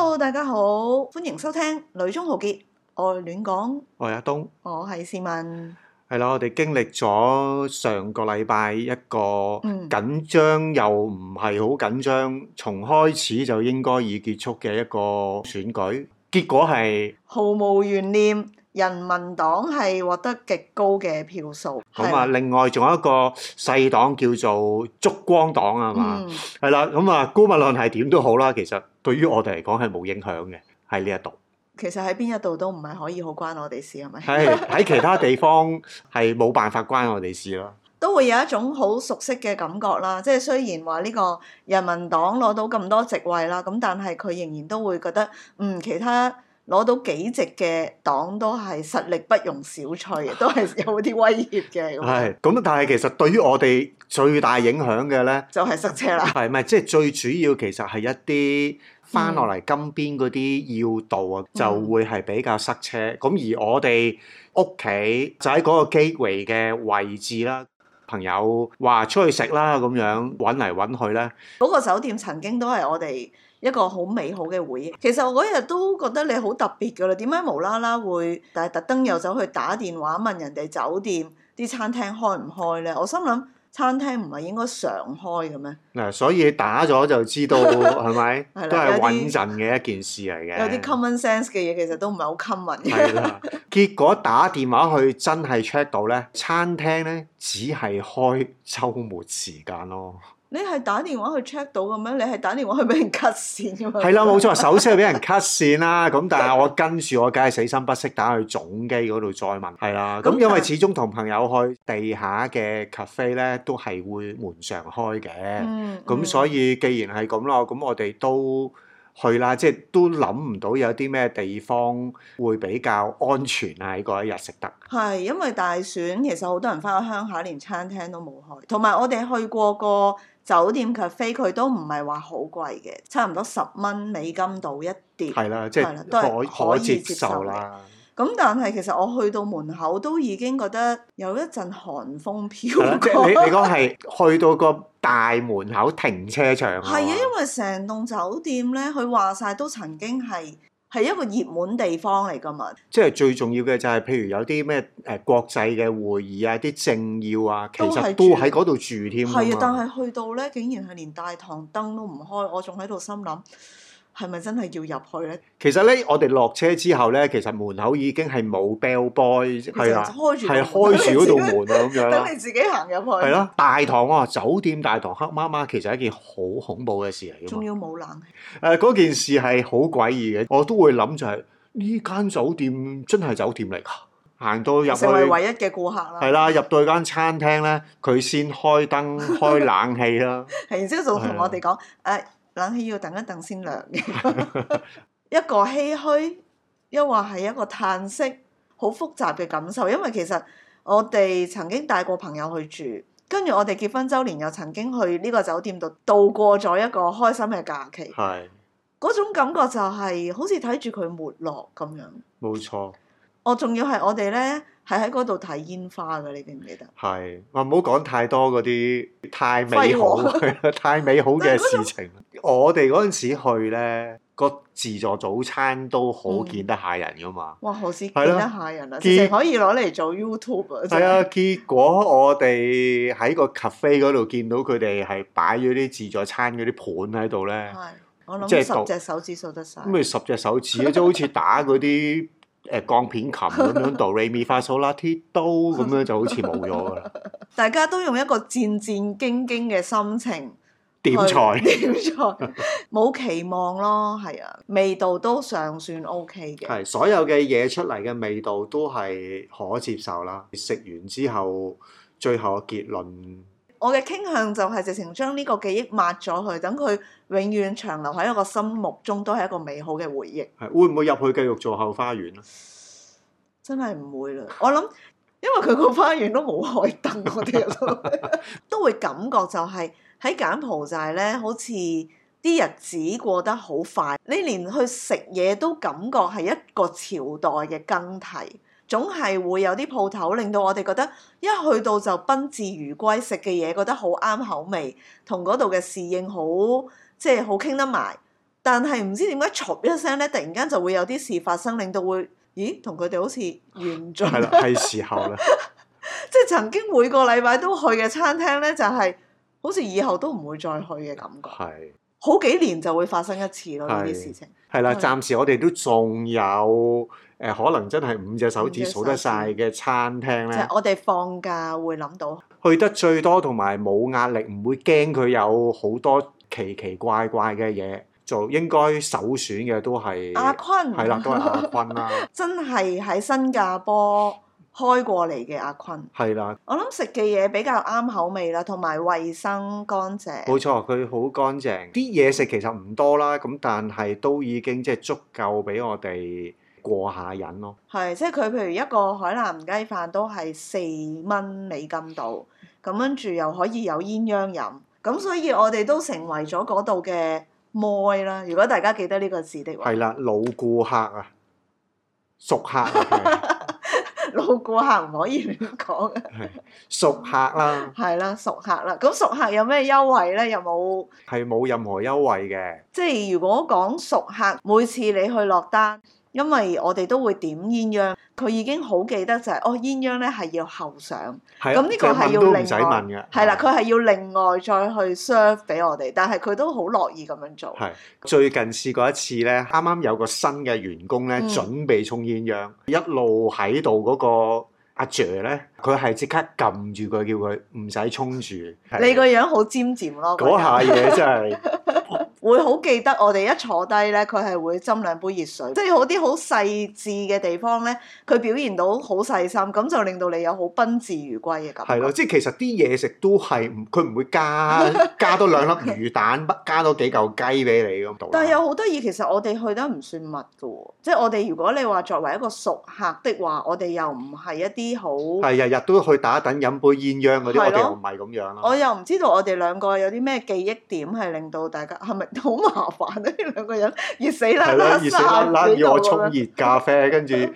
好，歡迎收聽《女中豪傑》，我亂講，我係阿東，我係市民，係啦，我哋經歷咗上個禮拜一個嗯緊張又唔係好緊張，從開始就應該已結束嘅一個選舉，結果係毫無懸念，人民黨係獲得極高嘅票數，咁啊，另外仲有一個細黨叫做燭光黨啊係嘛，嗯，係啦，咁啊，姑勿論係點都好啦，其實對於我哋嚟講係冇影響嘅，喺呢一度。其實喺邊一度都唔係可以好關我哋事，係咪？ 係喺其他地方係冇辦法關我哋事咯。都會有一種好熟悉嘅感覺啦。即係雖然話呢個人民黨攞到咁多席位啦，咁但係佢仍然都會覺得，嗯，其他攞到幾席嘅黨都係實力不容小覷，都係有啲威脅嘅。咁係咁，但係其實對於我哋最大影響嘅咧，就係塞車啦。係咪即係最主要其實係一啲嗯翻落嚟金邊嗰啲要道啊，就會係比較塞車。咁而我哋屋企就喺嗰個 gateway 嘅位置啦。朋友話出去食啦，咁樣揾嚟揾去咧，嗰個酒店曾經都係我哋一個好美好嘅回憶。其實我嗰日都覺得你好特別㗎啦，點解無啦啦會，但係特登又走去打電話問人哋酒店啲餐廳開唔開呢？我心諗餐廳唔係應該常開嘅咩？嗱，所以打咗就 知道係咪係啦都係有啲穩陣嘅一件事嚟嘅。有 啲 common sense 嘅嘢其實都唔係好 common 係嘅。啦，結果打電話去真係 check 到咧，餐廳咧只係開週末時間咯。你係打電話去 check 到嘅咩？你係打電話去俾人 cut 線㗎嘛？係啦，冇錯，首先係俾人 cut 線啦，咁但係我跟住我梗係死心不息打去總機嗰度再問，係啦，咁咁因但為係始終同朋友去地下嘅 cafe 咧，都係會門常開嘅。嗯，咁所以以既然係咁啦，咁我哋都去啦，即係都諗唔到有啲咩地方會比較安全啊！喺嗰一日食得，係因為大選，其實好多人翻去鄉下，連餐廳都冇開。同埋我哋去過個酒店 cafe，佢都唔係話好貴嘅，差唔多十蚊美金到一碟。係啦，即係係啦都係可可可以接接受受啦。咁但係其實我去到門口都已經覺得有一陣寒風係啦飄即係你過。你講係去到個大門口停車場 係啊，嘛因為成棟酒店咧，佢話晒都曾經係係一個熱門地方嚟㗎嘛。即係最重要嘅就係，譬如有啲咩誒國際嘅會議啊、啲政要啊，其都係住實都喺嗰度住添㗎嘛係啊，但係去到咧，竟然係連大堂燈都唔開，我仲喺度心諗係咪真係要入去咧？其實咧，我哋落車之後咧，其實門口已經係冇 bell boy 係啦，佢就係開開住個門住嗰道 門啊咁樣啦等。你自己行入去。係咯，大堂喎，酒店大堂黑媽媽，其實係一件好恐怖嘅事嚟㗎嘛仲。要冇冷氣，誒嗰件事係好詭異嘅，我都會諗就係呢間酒店真係酒店嚟㗎，行到入去成為唯一嘅顧客係啦。啦，入到間餐廳咧，佢先開 燈開冷氣啦，係，然之後仲係同啊我哋講誒，冷氣要等一等先涼嘅。 一個唏噓，一話係一個嘆息，好複雜嘅感受。因為其實我哋曾經帶過朋友去住。跟住我哋結婚周年又曾經去呢個酒店度度過咗一個開心嘅假期，係嗰種感覺就係好似睇住佢沒落咁樣。冇錯。我仲要係我哋咧係喺嗰度睇煙花嘅，你記唔記得？係，我唔好講太多嗰啲太美好、 太美好 嘅事情。我哋嗰陣時去咧，個自助早餐都好見得嚇人噶嘛。哇！何止見係得咯下人啊，見直情可以攞嚟做 YouTube 啊！真係係啊，結果我哋喺個 cafe 嗰度見到佢哋係擺咗啲自助餐嗰啲盤喺度咧，係我諗即係十度隻手指數得晒。咁咪十隻手指，啊即係好似打嗰啲誒鋼片琴咁樣 do re mi fa sol la ti do 咁樣就好似冇咗㗎啦。大家都用一個戰戰兢兢嘅心情點去菜 點菜，冇期望咯，係啊，味道都尚算 OK 嘅。係所有嘅嘢出嚟嘅味道都係可接受啦。食完之後，最後嘅結論我嘅傾向就係直情將呢個記憶抹咗佢，等佢永遠長留喺我個心目中，都係一個美好嘅回憶。係會唔會入去繼續做後花園咧？啊真係唔會啦！我諗，因為佢個花園都冇開燈，我哋都 都會感覺就係、喺柬埔寨咧，好似啲日子過得好快，你連去食嘢都感覺係一個朝代嘅更替。總係會有啲鋪頭令到我哋覺得一去到就賓至如歸，食嘅嘢覺得好啱口味，同嗰度嘅侍應好即係好傾得埋。但係唔知點解嘈一聲咧，突然間就會有啲事發生，令到會咦同佢哋好似完咗。係啦，係時候啦。即係曾經每個禮拜都去嘅餐廳咧，就係、好似以後都唔會再去嘅感覺。係好幾年就會發生一次咯，呢係啲事情。係啦，係暫時我哋都仲有誒、可能真係五隻手五指隻數得手晒指嘅餐廳就咧係。我哋放假會諗到，去得最多同埋冇壓力，唔會驚佢有好多奇奇怪怪嘅嘢做，應該首選嘅都係阿坤啊係啦，都係阿坤啦， 真係喺新加坡開過嚟嘅阿坤。係啦，我諗食嘅嘢比較啱口味啦，同埋衞生乾冇淨。錯，佢好乾淨，啲嘢食其實唔多啦，咁但係都已經即係足夠俾我哋過下癮咯，係，即係佢譬如一個海南雞飯都係四蚊美金度，咁跟住又可以有鴛鴦飲，咁所以我哋都成為咗嗰度嘅 moi 啦。如果大家記得呢個字的話係，啦，老顧客啊，熟客啊， 係 老顧客唔可以亂講啊。熟客啦，係啦，熟客啦。咁熟客有咩優惠咧？有冇係冇任何優惠嘅，即係如果講熟客，每次你去落單，因為我哋都會點鴛鴦，佢已經好記得就係、哦鴛鴦咧係要後上，係啦咁呢個係即要問都另唔使問外嘅，啊係啦，佢係要另外再去 serve 俾我哋，但係佢都好樂意咁樣做。係最近試過一次咧，啱啱有個新嘅員工咧，嗯準備沖鴛鴦，一路喺度嗰個阿 Sir 咧，佢係即刻撳住佢，叫佢唔使沖住。係你個樣好尖尖咯，嗰下嘢真係會好記得我哋一坐低咧，佢係會斟兩杯熱水，即係好啲好細緻嘅地方咧，佢表現到好細心，咁就令到你有好賓至如歸嘅感覺。係咯，即係其實啲嘢食都係唔佢唔會 加加多兩粒魚蛋，加多幾嚿雞俾你咁啊度。但係又好得意，其實我哋去得唔算密嘅喎，即係我哋如果你話作為一個熟客的話，我哋又唔係一啲好，係日日都去打等飲杯鴛鴦嗰啲，我係哋咯又唔係咁樣我啦。又唔知道我哋兩個有啲咩記憶點係令到大家 係咪好麻煩呢？呢兩個人熱死啦 係啦，啦，熱死啦啦， 30幾要我度咁沖樣熱咖啡，跟住嘢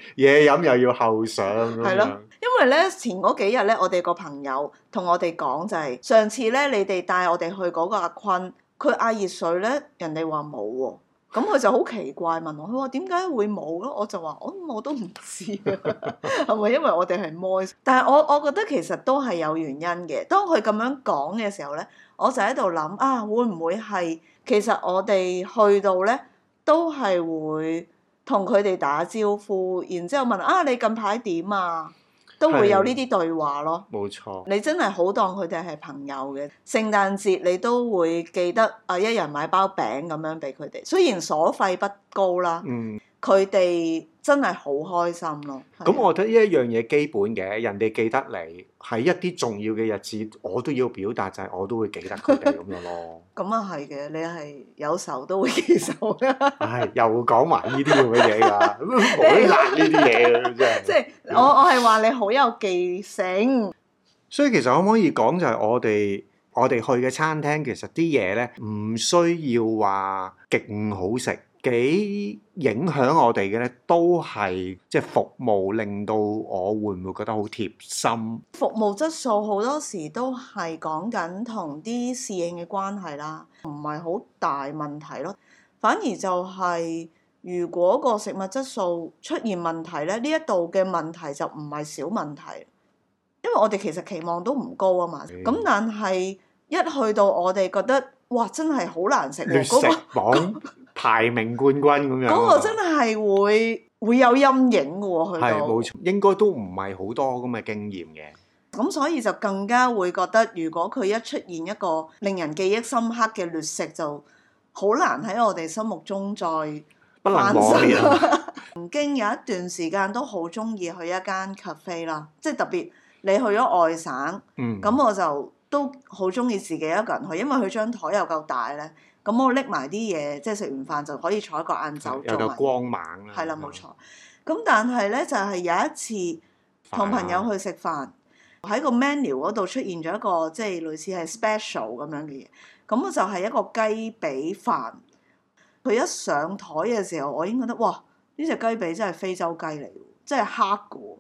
飲又要後上咁係樣咯。因為咧前嗰幾日咧，我哋個朋友同我哋講就係、上次咧，你哋帶我哋去嗰個阿坤，佢嗌熱水咧，人哋話冇喎。咁佢就好奇怪問我，佢話點解會冇咯？我就話我我都唔知啊，係咪因為我哋係 moist？但係我我覺得其實都係有原因嘅。當佢咁樣講嘅時候咧，我就喺度諗啊，會唔會係其實我哋去到咧都係會同佢哋打招呼，然之後問啊你近排點啊？都會有呢啲對話咯。冇錯。你真係好當佢哋係朋友嘅，聖誕節你都會記得啊，一人買包餅咁樣俾佢哋。雖然所費不高啦，嗯。佢哋真係好開心咯。係啊咁我覺得呢一樣嘢基本嘅，人哋記得你喺一啲重要嘅日子，我都要表達就係我都會記得佢哋咁 樣咯。咁啊係嘅，你係有仇都會記仇啦。唉，又講埋呢啲咁嘅嘢 㗎，無端辣呢啲嘢㗎真即係。係我我係話你好有記性，所以其實可唔可以講就係我哋我哋去嘅餐廳，其實啲嘢咧唔需要話極好食，幾影響我哋嘅咧都係即係服務令到我會唔會覺得好貼心？服務質素好多時都係講緊同啲侍應嘅關係啦，唔係好大問題咯。反而就係、如果個食物質素出現問題咧，呢一度嘅問題就唔係小問題，因為我哋其實期望都唔高啊嘛。嗯咁但係一去到我哋覺得哇，真係好難食劣喎，食呃啊嗰、榜排名冠軍咁樣個啊嘛。嗰個真係會會有陰影嘅喎，去係到冇錯，應該都唔係好多咁嘅經驗嘅。咁所以就更加會覺得，如果佢一出現一個令人記憶深刻嘅劣食，就好難喺我哋心目中再不能翻忘身列啊！。曾經有一段時間都好中意去一間 cafe 啦，即係特別你去咗外省，嗯，咁、我就都好中意自己一個人去，因為佢張台又夠大咧，咁我拎埋啲嘢，即係食完飯就可以坐一個晏晝有做嚿埋。光啊猛嗯啦，係啦，冇錯。咁但係咧，就係、有一次。啊同朋友去食飯，喺個 menu 嗰度出現咗一個即係類似係 special 咁樣嘅嘢，咁就係一個雞髀飯。佢一上台嘅時候，我已經覺得哇！呢只雞髀真係非洲雞嚟喎，真係黑嘅喎，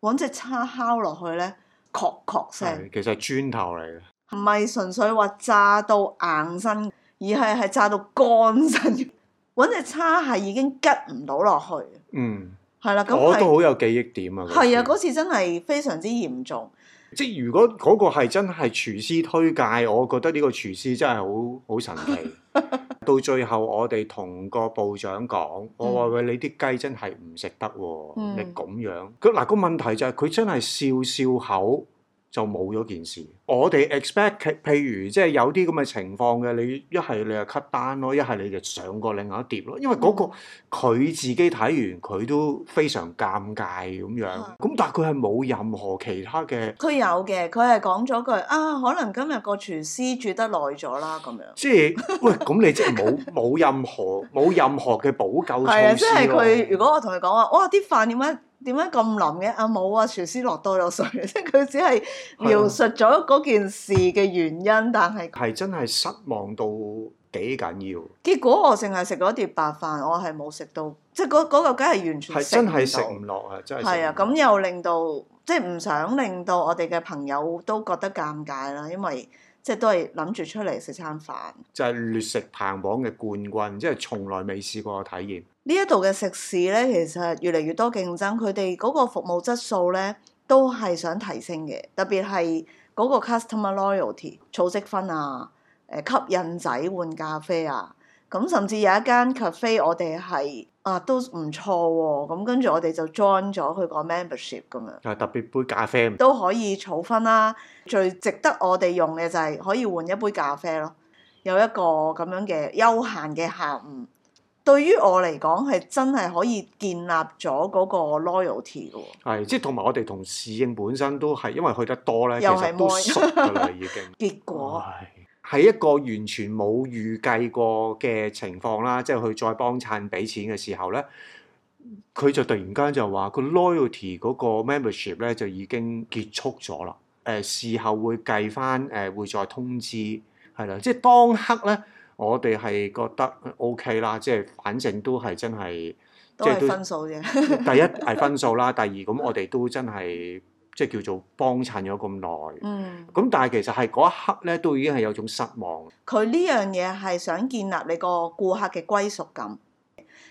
揾隻叉敲落去咧，確確聲，係，其實係磚頭嚟嘅，唔係純粹話炸到硬身，而而係係炸到乾身，揾隻叉係已經拮唔到落去，嗯，係啦，咁我都係好有記憶點啊。係啊，次嗰次真係非常之嚴重，即係如果嗰個係真係廚師推介，我覺得呢個廚師真係好好神 奇。到最後我哋同個部長講，我話嗯喂，你啲雞真係唔食得喎，嗯你咁樣。佢嗱個問題就係佢真係笑笑口。就冇咗件事。我哋 expect 其譬如即係有啲咁嘅情況嘅，你一係你就 cut 單咯，一係你就上過另外一碟咯。因為嗰、嗯個佢自己睇完佢都非常尷尬咁樣，係咁但係佢係冇任何其他嘅。佢有嘅，佢係講咗句啊，可能今日個廚師住得耐咗啦咁樣。即係喂，咁你即係 冇冇任何冇任何嘅補救係啊，措即係施咯。佢如果我同佢講話，哇啲飯點解點解咁腍嘅？啊冇啊，廚師落多咗水， 即係佢只係描述咗嗰件事嘅原因，但係係真係失望到幾緊要，結果我淨係食咗碟白飯，我係冇食到，即係嗰嗰嚿雞係完全係真係係食唔落啊！真係係啊，食唔落咁又令到即係唔想令到我哋嘅朋友都覺得尷尬啦，因為即係都係諗住出嚟食餐飯。就係劣食排行榜嘅冠軍，即係從來未試過嘅體驗。呢一度嘅食肆咧，其實越嚟越多競爭，佢哋嗰個服務質素咧都係想提升嘅，特別係嗰個 customer loyalty 儲積分啊，誒、吸引仔換咖啡啊，咁甚至有一間 cafe 我哋係啊都唔錯喎、咁跟住我哋就 join 咗佢個 membership 咁樣。就啊係特別杯咖啡，都可以儲分啦。最值得我哋用嘅就係可以換一杯咖啡咯，有一個咁樣嘅休閒嘅下午。對於我嚟講係真係可以建立咗嗰個 loyalty 嘅喎。係即係同埋我哋同侍應本身都係因為去得多咧，其又係實都妹熟㗎啦已經。結果唉喺一個完全冇預計過嘅情況啦，即係佢再幫襯俾錢嘅時候咧，佢就突然間就話個 loyalty 嗰個 membership 咧就已經結束咗啦。誒、事後會計翻，誒、會再通知，係啦。即係當刻咧，我哋係覺得嗯 OK 啦，即係反正都係真係都即係係都分數啫，第一係分數啦，第二咁我哋都真係即係叫做幫襯咗咁耐。嗯，咁但係其實係嗰一刻咧，都已經係有種失望。佢呢樣嘢係想建立你個顧客嘅歸屬感。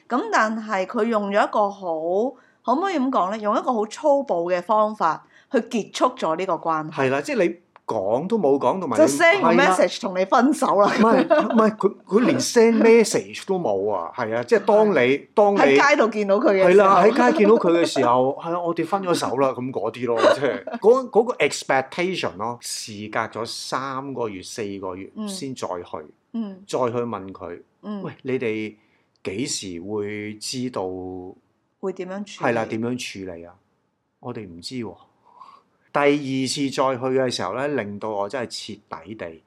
咁但係佢用咗一個好，可唔可以咁講呢？用一個好粗暴嘅方法去結束咗呢個關係，係啦，即係你講都冇講，同埋就你 send 個係啦 message 同你分手啦唔。係唔係，佢佢 連 send message 都冇啊！係啊，即係當你當你喺街度見到佢嘅係時候，啦，喺街見到佢嘅時候， 係啊，我哋分咗手啦，咁嗰啲咯，即係嗯嗰嗰個 expectation 咯。事隔咗三個月、四個月嗯先再去，嗯再去問佢，嗯，喂，你哋幾時會知道會點樣處理？係啦，點樣處理啊？我哋唔知喎、第二次再去嘅時候咧，令到我真係徹底地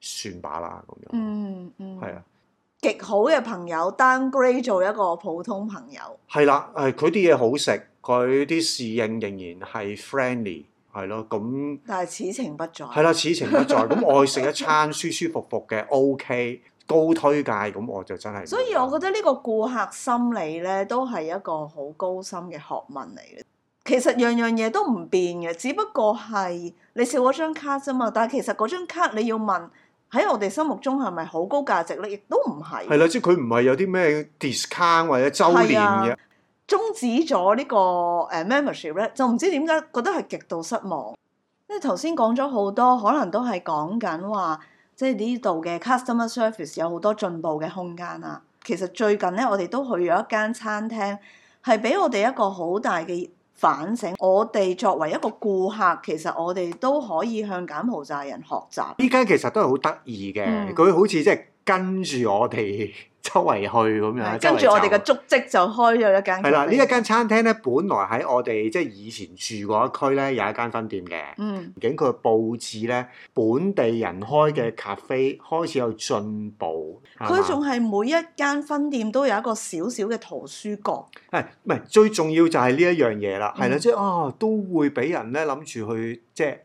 算把啦咁樣。嗯嗯，係啊，極好嘅朋友 downgrade 做一個普通朋友，係啦，係佢啲嘢好食，佢啲侍應仍然係 friendly，係咯，咁但係此情不在。係啦，此情不在。咁我去食一餐舒舒服服嘅 OK，高推介咁我就真係冇啦。所以我覺得呢個顧客心理咧，都係一個好高深嘅學問嚟嘅。其實樣樣嘢都唔變嘅，只不過係你少咗張卡啫嘛。但係其實嗰張卡你要問喺我哋心目中係咪好高價值咧，亦都唔係。係啦，即係佢唔係有啲咩 discount 或者周年係嘅啊，終止咗呢個誒 membership 咧，就唔知點解覺得係極度失望。因為頭先講咗好多，可能都係講緊話，即係呢度嘅 customer service 有好多進步嘅空間啦。其實最近咧，我哋都去咗一間餐廳，係俾我哋一個好大嘅反省。我哋作為一個顧客，其實我哋都可以向柬埔寨人學習。依家其實都係好得意嘅，嗯佢、好似即係跟住我哋 周圍去咁樣，跟住我哋嘅嗯周圍走足跡就開咗一間係咖啦，呢啡一間餐廳咧，本來喺我哋即係以前住嗰一區咧，有一間分店嘅。嗯究竟佢嘅佈置咧，本地人開嘅咖啡開始有進步，係嘛佢仲係每一間分店都有一個小小嘅圖書角，係唔係最重要就係呢一樣嘢啦？係啦，嗯即係啊都會俾人咧諗住去即係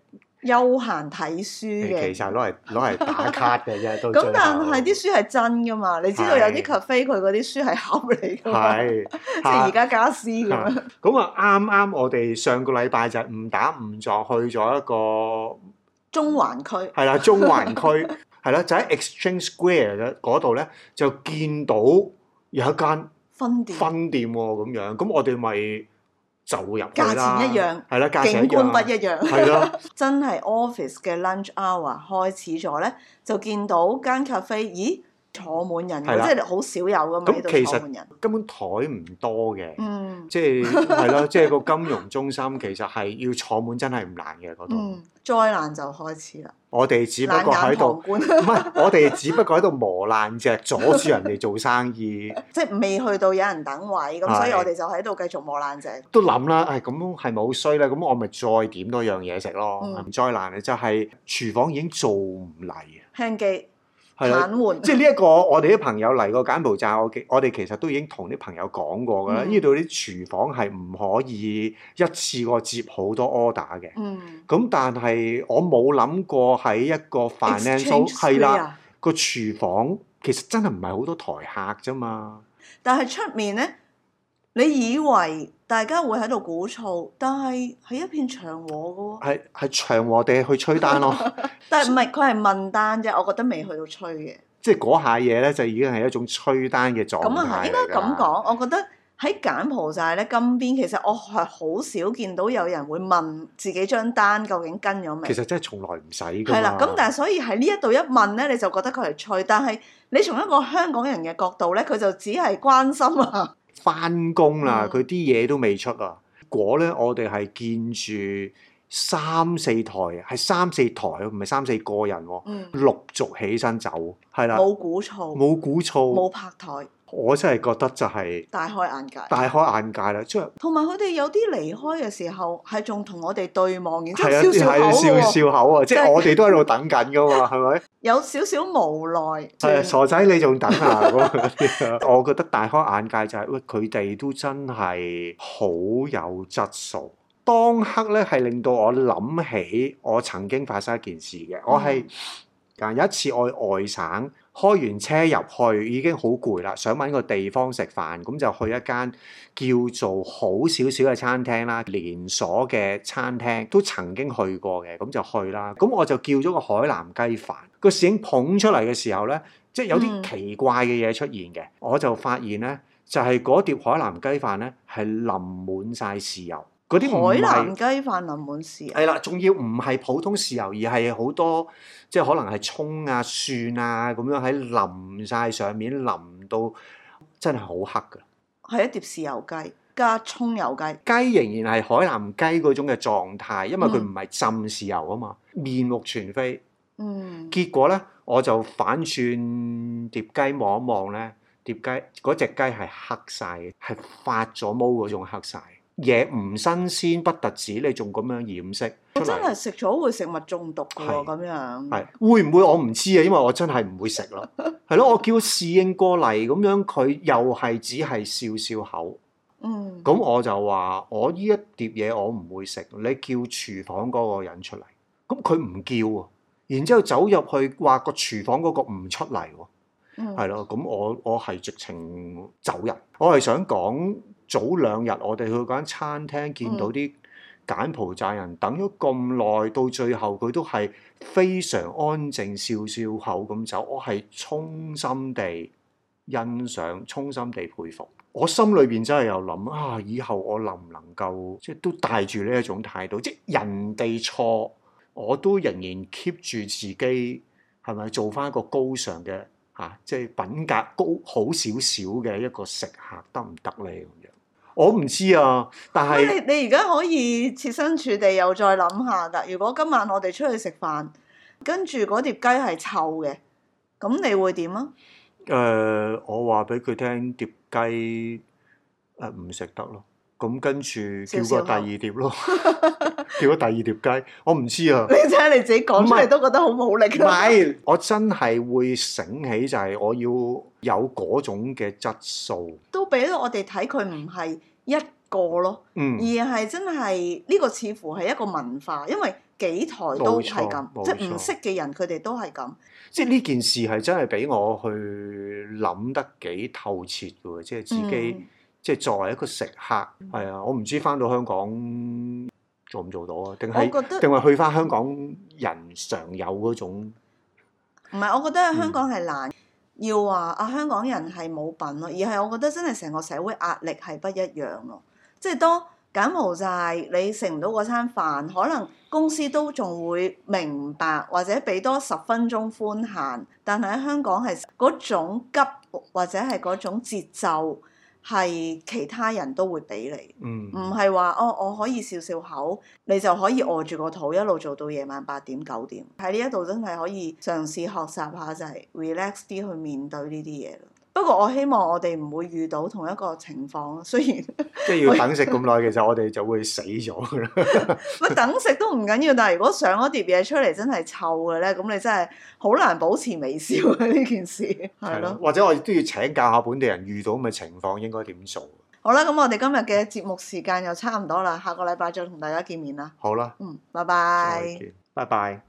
休閒睇書其嘅。實攞嚟攞嚟打卡嘅啫，都咁但係啲書係真噶嘛？你知道有啲係 cafe 佢嗰啲書係盒嚟噶嘛？係 即即係而家家私咁啊樣。咁啊，啱啱我哋上個禮拜就誤打誤撞去咗一個中環區 係啦中環區，係啦，就喺 Exchange Square 嘅嗰度咧，就見到有一間分店分店喎咁樣，咁我哋咪就入去啦。價錢一樣係啦，價啊錢景一樣，觀不一樣。 係啦，真係 office 嘅 lunch hour 開始咗咧，就見到間 cafe，咦坐滿人係喎，啦即係好少有噶嘛咁呢度其實坐滿人。根本台唔多嘅。嗯即係 係啦，即係個金融中心其實係要坐滿真係唔難嘅嗰度。嗯，災難就開始啦，我哋只不冷眼過喺旁度，觀，唔係我哋只不過喺度磨爛隻，阻住人哋做生 意。即係未去到有人等位，咁係所以我哋就喺度繼續磨爛隻。都諗啦，唉、咁係咪好衰咧？咁我咪再點多樣嘢食咯。唔、嗯災難嘅就係、廚房已經做唔嚟啊，輕機係啦。癱瘓，即係呢一個，我哋啲朋友嚟過柬埔寨，我記我哋其實都已經同啲朋友講過㗎啦。嗯呢度啲廚房係唔可以一次過接好多 order 嘅。嗯咁但係我冇諗過喺一個 financial 係啦，啦。個廚房其實真係唔係好多台客啫嘛。但係出面咧，你以為大家會喺度鼓噪，但係係一片祥和嘅喎。係係長和地去吹 單咯，但係唔係佢係問單啫，我覺得未去到吹嘅。即係嗰下嘢咧就已經係一種吹單嘅狀態咁啊，係應該嚟㗎咁。講，我覺得喺柬埔寨咧，金邊其實我係好少見到有人會問自己張單究竟跟咗其未。實真係從來唔使㗎嘛。係啦，咁但係所以喺呢一度一問咧，你就覺得佢係吹，但係你從一個香港人嘅角度咧，佢就只係關心啊。翻工啦，嗯佢啲嘢都未出啊。果咧，我哋係見住三四台，係三四台，唔係三四個人喎、嗯，陸續起身走，係啦， 冇鼓噪，冇鼓噪，冇拍台，我真係覺得就係大開眼界。大開眼界啦，即係同埋佢哋有啲離開嘅時候，係仲同我哋對望，然之後係笑笑口嘅啊，係笑喎，笑口啊，即真係係我哋都喺度等緊噶嘛，係咪？有少少無奈。嗯係啊，傻仔你仲等啊咁樣嗰啲啊我覺得大開眼界就係、喂，佢哋都真係好有質素。當刻咧係令到我諗起我曾經發生一件事嘅，我係啊有一次我去外省開完車入去已經好攰啦，想揾個地方食飯，咁就去一間叫做好少少嘅餐廳啦，連鎖嘅餐廳都曾經去過嘅，咁就去啦。咁我就叫咗個海南雞飯，個侍應捧出嚟嘅時候咧，即係有嗯啲奇怪嘅嘢出現嘅，我就發現咧。就係嗰碟海南雞飯咧，係淋滿晒豉油，嗰啲唔海係南雞飯臨滿啊豉油係啊啦，仲要唔係普通豉油，而係好多即係可能係葱啊、蒜啊咁樣喺淋晒上面，淋到真係好黑㗎。係一碟豉油雞加葱油雞，雞仍然係海南雞嗰種嘅狀態，因為佢唔係浸豉油啊嘛，面目全非。嗯，結果咧，我就反轉碟雞望一望咧，碟雞嗰只雞係黑晒嘅，係發咗毛嗰種黑晒。嘢唔新鮮，不特止，你仲咁樣掩飾出嚟真係食咗會食物中毒㗎喎，咁樣係會唔會我唔知啊，因為我真係唔會食咯。係咯，我叫侍應過嚟咁樣，佢又係只係笑笑口。嗯，咁我就話：我呢一碟嘢我唔會食，你叫廚房嗰個人出嚟。咁佢唔叫啊，然之後走入去話個廚房嗰個唔出嚟喎。嗯係咯，咁我我係直情走人。我係想講早兩日我哋去嗰間餐廳見到啲柬埔寨人等咗咁耐，到最後佢都係非常安靜笑笑口咁走。我係衷心地欣賞，衷心地佩服。我心裏邊真係有諗啊，以後我能唔能夠即係都帶住呢一種態度，即係人哋錯，我都仍然 keep 住自己係咪做翻一個高尚嘅嚇、啊即係品格高好少少嘅一個食客得唔得咧？咁樣我唔知啊，但係。喂你你而家可以設身處地又再諗下啦。如果今晚我哋出去食飯，跟住嗰碟雞係臭嘅，咁你會點啊？ 誒、呃我話俾佢聽碟雞誒唔食得咯，咁跟住少叫少口個第二碟咯， 叫個第二碟雞，我唔知啊 你。睇下你自己講出唔係嚟都覺得好冇力啊唔啦。係，我真係會醒起就係我要有嗰種嘅質素，都俾到我哋睇佢唔係一個咯，嗯而，係真係呢個似乎係一個文化，因為幾台都冇錯係咁，冇即係唔錯識嘅人佢哋都係咁。即係呢件事係真係俾我去諗得幾透徹嘅喎，即係自己、嗯即係作為一個食客，係啊，我唔知翻到香港。做唔做到啊？定嗯我係覺得定係去翻香港人常有嗰種唔係，我覺得香港係難，要話啊香港人係冇品咯，而係我覺得真係成個社會壓力係不一樣咯。即係當柬埔寨你食唔到嗰餐飯，可能公司都仲會明白或者俾多十分鐘寬限，但係喺香港係嗰種急或者係嗰種節奏係其他人都會俾你。嗯，唔係話哦，我可以笑笑口，你就可以餓住個肚一路做到夜晚八點九點。喺呢一度真係可以嘗試學習下，就係 relax 啲去面對呢啲嘢咯。不過我希望我哋唔會遇到同一個情況咯，雖然 即係要等食咁耐，其實我哋就會死咗㗎啦。乜等食都唔緊要，但係如果上嗰碟嘢出嚟真係臭嘅咧，咁你真係好難保持微笑嘅呢件 事，係咯。或者我亦都要請教下本地人遇到咁嘅情況應該點做。好啦，咁我哋今日嘅節目時間又差唔多啦，下個禮拜再同大家見面啦。好啦，嗯，拜再拜。見，拜拜。